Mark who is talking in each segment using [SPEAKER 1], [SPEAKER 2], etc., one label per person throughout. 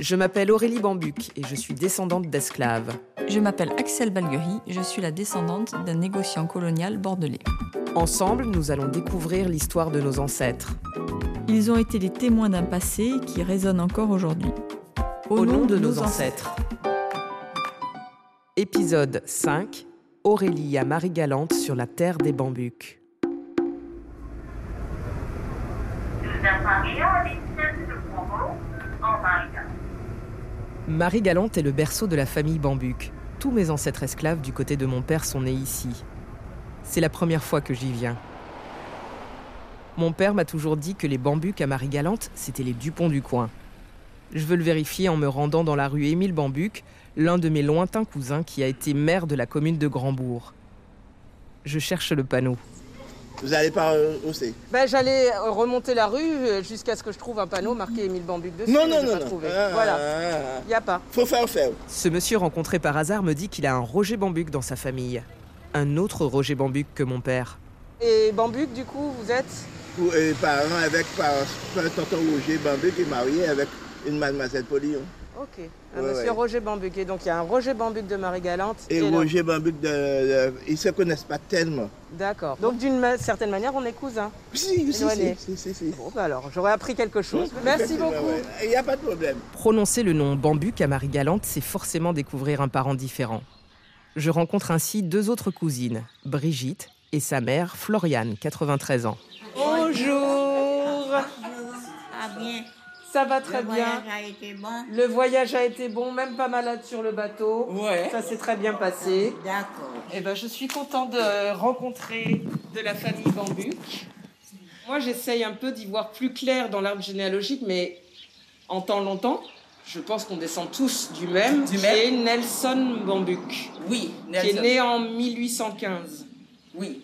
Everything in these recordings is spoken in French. [SPEAKER 1] Je m'appelle Aurélie Bambuc et je suis descendante d'esclaves.
[SPEAKER 2] Je m'appelle Axel Balguerie, je suis la descendante d'un négociant colonial bordelais.
[SPEAKER 1] Ensemble, nous allons découvrir l'histoire de nos ancêtres.
[SPEAKER 2] Ils ont été les témoins d'un passé qui résonne encore aujourd'hui.
[SPEAKER 1] Au nom de nos ancêtres. Épisode 5 Aurélie à Marie-Galante sur la terre des Bambucs. Marie-Galante est le berceau de la famille Bambuc. Tous mes ancêtres esclaves du côté de mon père sont nés ici. C'est la première fois que j'y viens. Mon père m'a toujours dit que les Bambucs à Marie-Galante, c'était les Dupont du coin. Je veux le vérifier en me rendant dans la rue Émile Bambuc, l'un de mes lointains cousins qui a été maire de la commune de Grandbourg. Je cherche le panneau.
[SPEAKER 3] Vous n'allez pas euh, hausser
[SPEAKER 4] Ben, j'allais euh, remonter la rue euh, jusqu'à ce que je trouve un panneau marqué Émile Bambuc dessus.
[SPEAKER 3] Non,
[SPEAKER 4] mais
[SPEAKER 3] non,
[SPEAKER 4] j'ai
[SPEAKER 3] non,
[SPEAKER 4] pas
[SPEAKER 3] non.
[SPEAKER 4] trouvé.
[SPEAKER 3] Ah,
[SPEAKER 4] voilà,
[SPEAKER 3] ah, ah.
[SPEAKER 4] il n'y a pas.
[SPEAKER 3] Faut faire, faire.
[SPEAKER 1] Ce monsieur rencontré par hasard me dit qu'il a un Roger Bambuc dans sa famille. Un autre Roger Bambuc que mon père.
[SPEAKER 4] Et Bambuc, du coup, vous êtes
[SPEAKER 3] Pour, euh, parents avec par, par tonton Roger Bambu qui est marié avec une mademoiselle Polillon.
[SPEAKER 4] Ok, un
[SPEAKER 3] Ouais,
[SPEAKER 4] Euh, monsieur
[SPEAKER 3] ouais.
[SPEAKER 4] Roger Bambuc. Et donc, il y a un Roger Bambuc de Marie-Galante.
[SPEAKER 3] Et,
[SPEAKER 4] le-
[SPEAKER 3] Roger Bambu, de, de- ils se connaissent pas tellement.
[SPEAKER 4] D'accord. Donc, d'une ma- certaine manière, on est cousins.
[SPEAKER 3] Si, si,
[SPEAKER 4] Éloigné.
[SPEAKER 3] si, si, si, si.
[SPEAKER 4] Bon, ben alors, j'aurais appris quelque chose. Merci
[SPEAKER 3] Effectivement,
[SPEAKER 4] beaucoup.
[SPEAKER 3] ouais. Il n'y a pas de problème.
[SPEAKER 1] Prononcer le nom Bambuc à Marie-Galante, c'est forcément découvrir un parent différent. Je rencontre ainsi deux autres cousines, Brigitte et sa mère, Floriane, 93 ans. Bonjour
[SPEAKER 5] Ah bien.
[SPEAKER 4] Ça va
[SPEAKER 5] le voyage a été bon.
[SPEAKER 4] Le voyage a été bon, même pas malade sur le bateau. Ouais. Ça s'est très bien passé.
[SPEAKER 5] D'accord.
[SPEAKER 4] Eh ben, je suis contente de rencontrer de la famille Bambuc. Moi, j'essaye un peu d'y voir plus clair dans l'arbre généalogique, mais en temps longtemps, je pense qu'on descend tous du même,
[SPEAKER 6] Du
[SPEAKER 4] qui
[SPEAKER 6] même.
[SPEAKER 4] est Nelson Bambuc,
[SPEAKER 6] Oui,
[SPEAKER 4] qui est
[SPEAKER 6] Nelson.
[SPEAKER 4] né en 1815.
[SPEAKER 6] Oui.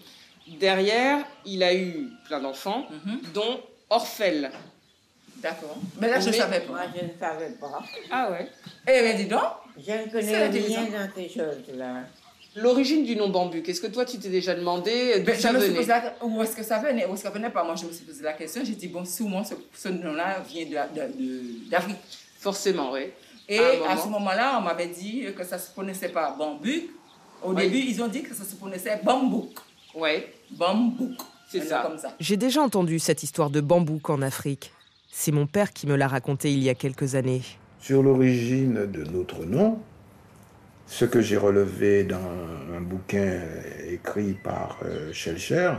[SPEAKER 4] Derrière, il a eu plein d'enfants,
[SPEAKER 6] Mhm.
[SPEAKER 4] dont Orphel.
[SPEAKER 6] D'accord. Mais là, je ne
[SPEAKER 4] Mais-
[SPEAKER 6] savais
[SPEAKER 5] Moi,
[SPEAKER 6] pas.
[SPEAKER 5] je ne savais pas.
[SPEAKER 4] Ah ouais
[SPEAKER 6] Eh bien, dis donc.
[SPEAKER 5] Je ne
[SPEAKER 6] C'est
[SPEAKER 5] connais
[SPEAKER 6] intéressant.
[SPEAKER 5] rien dans ces choses-là.
[SPEAKER 4] L'origine du nom Bambuc, est-ce que toi, tu t'es déjà demandé d'où
[SPEAKER 6] Ben, je
[SPEAKER 4] ça
[SPEAKER 6] me suis
[SPEAKER 4] venait
[SPEAKER 6] posé la- où est-ce que ça venait, où est-ce que ça venait pas. Moi, je me suis posé la question. J'ai dit, bon, sûrement, ce, ce nom-là vient de- de- de- d'Afrique.
[SPEAKER 4] Forcément, oui.
[SPEAKER 6] Et
[SPEAKER 4] À un moment.
[SPEAKER 6] à, ce moment-là, on m'avait dit que ça se prononçait pas bambuc. Au
[SPEAKER 4] Oui.
[SPEAKER 6] début, ils ont dit que ça se prononçait bambouk.
[SPEAKER 4] Ouais.
[SPEAKER 6] Bambouk.
[SPEAKER 4] C'est
[SPEAKER 6] Un nom
[SPEAKER 4] ça.
[SPEAKER 6] Comme ça.
[SPEAKER 1] J'ai déjà entendu cette histoire de Bambouk en Afrique. C'est mon père qui me l'a racontée il y a quelques années.
[SPEAKER 7] Sur l'origine de notre nom, ce que j'ai relevé dans un bouquin écrit par euh, Schellcher,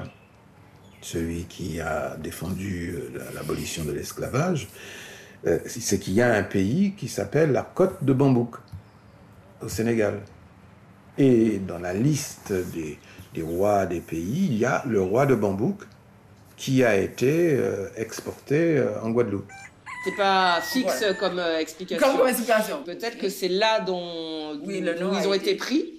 [SPEAKER 7] celui qui a défendu euh, la- l'abolition de l'esclavage, euh, c'est qu'il y a un pays qui s'appelle la Côte de Bambouk, au Sénégal. Et dans la liste des, des rois des pays, il y a le roi de Bambouk qui a été euh, exporté euh, en Guadeloupe.
[SPEAKER 4] C'est pas fixe
[SPEAKER 6] Voilà.
[SPEAKER 4] comme euh, explication.
[SPEAKER 6] Comme explication.
[SPEAKER 4] Peut-être que c'est là dont d'où-
[SPEAKER 6] Oui, le nom
[SPEAKER 4] d'où ils
[SPEAKER 6] a
[SPEAKER 4] ont
[SPEAKER 6] été-
[SPEAKER 4] été pris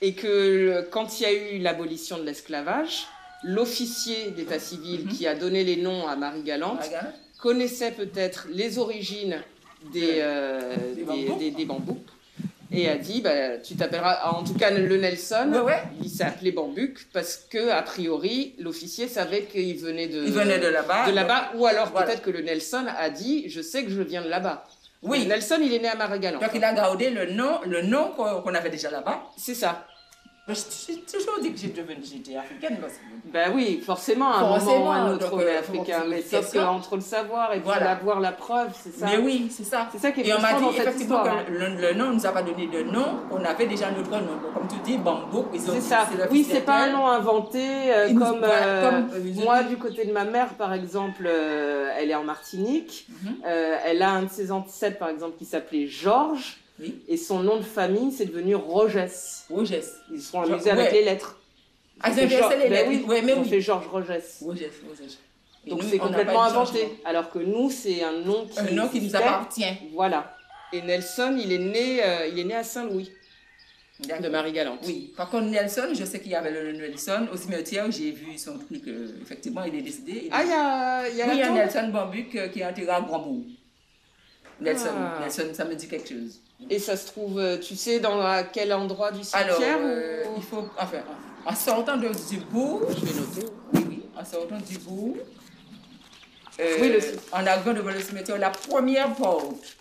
[SPEAKER 4] et que le- quand il y a eu l'abolition de l'esclavage, l'officier d'état civil
[SPEAKER 6] Mhm.
[SPEAKER 4] qui a donné les noms à Marie Galante
[SPEAKER 6] Regarde.
[SPEAKER 4] connaissait peut-être les origines des, euh,
[SPEAKER 6] Des
[SPEAKER 4] des,
[SPEAKER 6] bambous.
[SPEAKER 4] des- des bambous et a dit bah, tu t'appelleras en tout cas le Nelson
[SPEAKER 6] Ouais, ouais.
[SPEAKER 4] il s'est appelé Bambuc parce que a priori l'officier savait qu'il venait de
[SPEAKER 6] Ils venaient de là-bas.
[SPEAKER 4] Euh, de là-bas ou alors
[SPEAKER 6] Ah, Voilà.
[SPEAKER 4] peut-être que le Nelson a dit je sais que je viens de là-bas
[SPEAKER 6] Oui.
[SPEAKER 4] Donc, Nelson il est né à Marie-Galante
[SPEAKER 6] Donc, il a gardé le nom, le nom qu'on qu'on avait déjà là-bas.
[SPEAKER 4] c'est ça
[SPEAKER 6] Mais J'ai j'ai toujours dit que j'ai devenu- j'étais africaine. parce que-
[SPEAKER 4] ben oui forcément à un
[SPEAKER 6] Forcément,
[SPEAKER 4] moment ou à un autre
[SPEAKER 6] donc,
[SPEAKER 4] on est
[SPEAKER 6] euh,
[SPEAKER 4] africain
[SPEAKER 6] faut-
[SPEAKER 4] mais
[SPEAKER 6] c'est
[SPEAKER 4] sauf que
[SPEAKER 6] ça.
[SPEAKER 4] entre le savoir et puis
[SPEAKER 6] Voilà.
[SPEAKER 4] avoir la preuve c'est ça
[SPEAKER 6] Mais oui, c'est ça.
[SPEAKER 4] c'est ça qui est
[SPEAKER 6] Et on m'a
[SPEAKER 4] frustrant
[SPEAKER 6] dit
[SPEAKER 4] dans cette
[SPEAKER 6] effectivement
[SPEAKER 4] histoire, hein.
[SPEAKER 6] que le, le nom, on nous a pas donné de nom, on avait déjà notre nom. Donc, Comme tu dis, Bambouk, ils ont
[SPEAKER 4] C'est
[SPEAKER 6] dit,
[SPEAKER 4] ça.
[SPEAKER 6] leur
[SPEAKER 4] Oui,
[SPEAKER 6] fils
[SPEAKER 4] c'est pas un
[SPEAKER 6] d'Abel.
[SPEAKER 4] nom inventé euh,
[SPEAKER 6] Ils nous-
[SPEAKER 4] comme,
[SPEAKER 6] voilà,
[SPEAKER 4] euh,
[SPEAKER 6] comme, euh, je-
[SPEAKER 4] moi du côté de ma mère par exemple, euh, elle est en Martinique.
[SPEAKER 6] Mhm.
[SPEAKER 4] Euh, elle a un de ses ancêtres par exemple qui s'appelait Georges
[SPEAKER 6] Oui.
[SPEAKER 4] et son nom de famille c'est devenu Rogès.
[SPEAKER 6] Rogès.
[SPEAKER 4] Ils se sont
[SPEAKER 6] Genre-
[SPEAKER 4] amusés avec
[SPEAKER 6] ouais.
[SPEAKER 4] les lettres.
[SPEAKER 6] Ah, ils
[SPEAKER 4] C'est
[SPEAKER 6] ont
[SPEAKER 4] Geor-
[SPEAKER 6] inversé les
[SPEAKER 4] Ben
[SPEAKER 6] lettres.
[SPEAKER 4] oui,
[SPEAKER 6] Ouais, mais
[SPEAKER 4] ils ont
[SPEAKER 6] oui.
[SPEAKER 4] fait Georges Rogès.
[SPEAKER 6] Rogès, Rogès. Et
[SPEAKER 4] Donc
[SPEAKER 6] nous,
[SPEAKER 4] c'est
[SPEAKER 6] on n'a
[SPEAKER 4] complètement
[SPEAKER 6] pas eu de
[SPEAKER 4] inventé.
[SPEAKER 6] changement.
[SPEAKER 4] Alors que nous c'est un nom qui
[SPEAKER 6] Un nom qui nous
[SPEAKER 4] existait.
[SPEAKER 6] appartient.
[SPEAKER 4] Voilà. Et Nelson, il est né, euh, il est né à Saint-Louis de Marie-Galante.
[SPEAKER 6] Oui. Par contre, Nelson, je sais qu'il y avait le le Nelson au cimetière, j'ai vu son truc. euh, effectivement, il est décédé. Il
[SPEAKER 4] Ah, il y
[SPEAKER 6] est-
[SPEAKER 4] a, il y a
[SPEAKER 6] Oui, il y
[SPEAKER 4] la
[SPEAKER 6] a
[SPEAKER 4] tombe.
[SPEAKER 6] Nelson Bambuc euh, qui est enterré à Grandbourg. Nelson,
[SPEAKER 4] Ah.
[SPEAKER 6] Nelson, ça me dit quelque chose.
[SPEAKER 4] Et ça se trouve, euh, tu sais, dans à quel endroit du
[SPEAKER 6] Alors,
[SPEAKER 4] cimetière
[SPEAKER 6] euh,
[SPEAKER 4] ou-
[SPEAKER 6] il faut, enfin, en sortant de- du bourg, je vais noter, oui, oui, en sortant euh, du bourg, euh,
[SPEAKER 4] Oui, le-
[SPEAKER 6] en arrivant devant le cimetière, la première porte,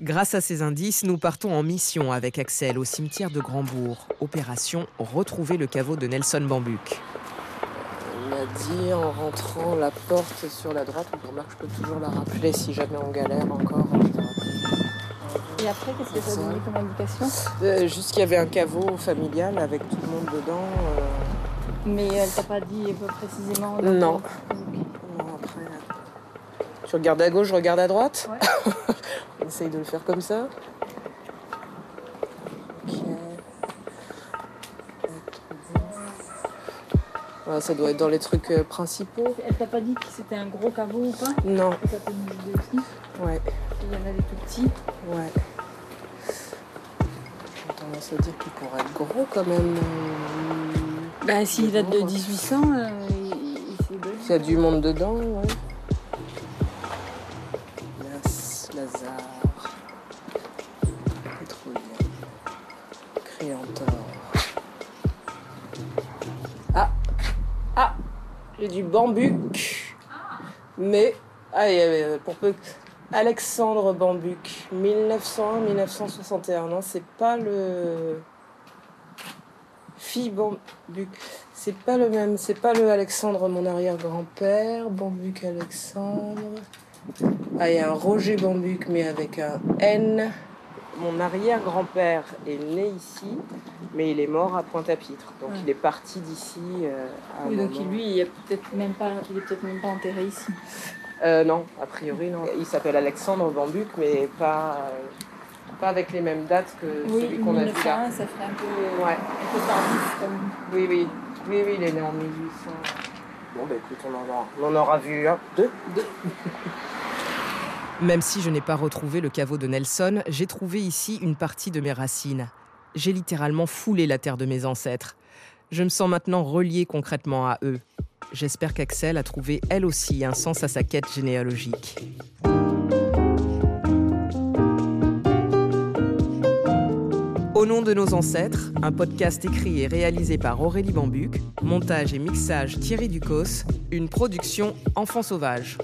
[SPEAKER 1] Grâce à ces indices, nous partons en mission avec Axel au cimetière de Grandbourg. Opération Retrouver le caveau de Nelson Bambuc.
[SPEAKER 4] On a dit en rentrant la porte sur la droite, on remarque que je peux toujours la rappeler si jamais on galère encore. je te rappelle.
[SPEAKER 8] Et après, qu'est-ce que tu as donné comme indication
[SPEAKER 4] Euh, juste qu'il y avait un caveau familial avec tout le monde dedans. euh,
[SPEAKER 8] Mais elle t'a pas dit euh, précisément.
[SPEAKER 4] Non. non, après, euh, tu regardes à gauche, je regarde à droite. on essaye de le faire comme ça. Ok. Voilà, ça doit être dans les trucs euh, principaux.
[SPEAKER 8] Elle t'a pas dit que c'était un gros caveau ou pas
[SPEAKER 4] Non,
[SPEAKER 8] Et ça peut nous aider aussi.
[SPEAKER 4] ouais.
[SPEAKER 8] Il y en a des tout petits.
[SPEAKER 4] Ouais. J'ai tendance à dire qu'il pourrait être gros quand même. euh,
[SPEAKER 8] Bah, s'il date de
[SPEAKER 4] dedans,
[SPEAKER 8] 1800, euh, il, il s'est donné.
[SPEAKER 4] S'il y a du monde dedans, ouais. Las, Lazare. Pétrolien. Créantor. Ah Ah J'ai du Bambuc. Mais. Ah, et, euh, pour peu que. Alexandre Bambuc, 1901-1961. Non, c'est pas le. Fille Bambuc. C'est pas le même, c'est pas le Alexandre, mon arrière-grand-père, Bambuc Alexandre. Ah, il y a un Roger Bambuc, mais avec un N. Mon arrière-grand-père est né ici, mais il est mort à Pointe-à-Pitre. Donc
[SPEAKER 8] Ouais.
[SPEAKER 4] il est parti d'ici euh, à un
[SPEAKER 8] Oui, donc
[SPEAKER 4] moment.
[SPEAKER 8] lui, il est peut-être même pas, il est peut-être même pas enterré ici.
[SPEAKER 4] Euh, non, a priori, non. Il s'appelle Alexandre Bambuc, mais pas, euh, pas avec les mêmes dates que celui qu'on a vu là.
[SPEAKER 8] 1901, ça ferait un peu. euh,
[SPEAKER 4] Ouais.
[SPEAKER 8] un peu tardif, comme-
[SPEAKER 4] Oui, oui, oui, oui, il est né en 1800. Bon, bah écoute, on en aura, on en aura vu un, deux.
[SPEAKER 1] Même si je n'ai pas retrouvé le caveau de Nelson, j'ai trouvé ici une partie de mes racines. J'ai littéralement foulé la terre de mes ancêtres. Je me sens maintenant reliée concrètement à eux. J'espère qu'Axel a trouvé elle aussi un sens à sa quête généalogique. Au nom de nos ancêtres, un podcast écrit et réalisé par Aurélie Bambuc, montage et mixage Thierry Ducos, une production Enfants Sauvage.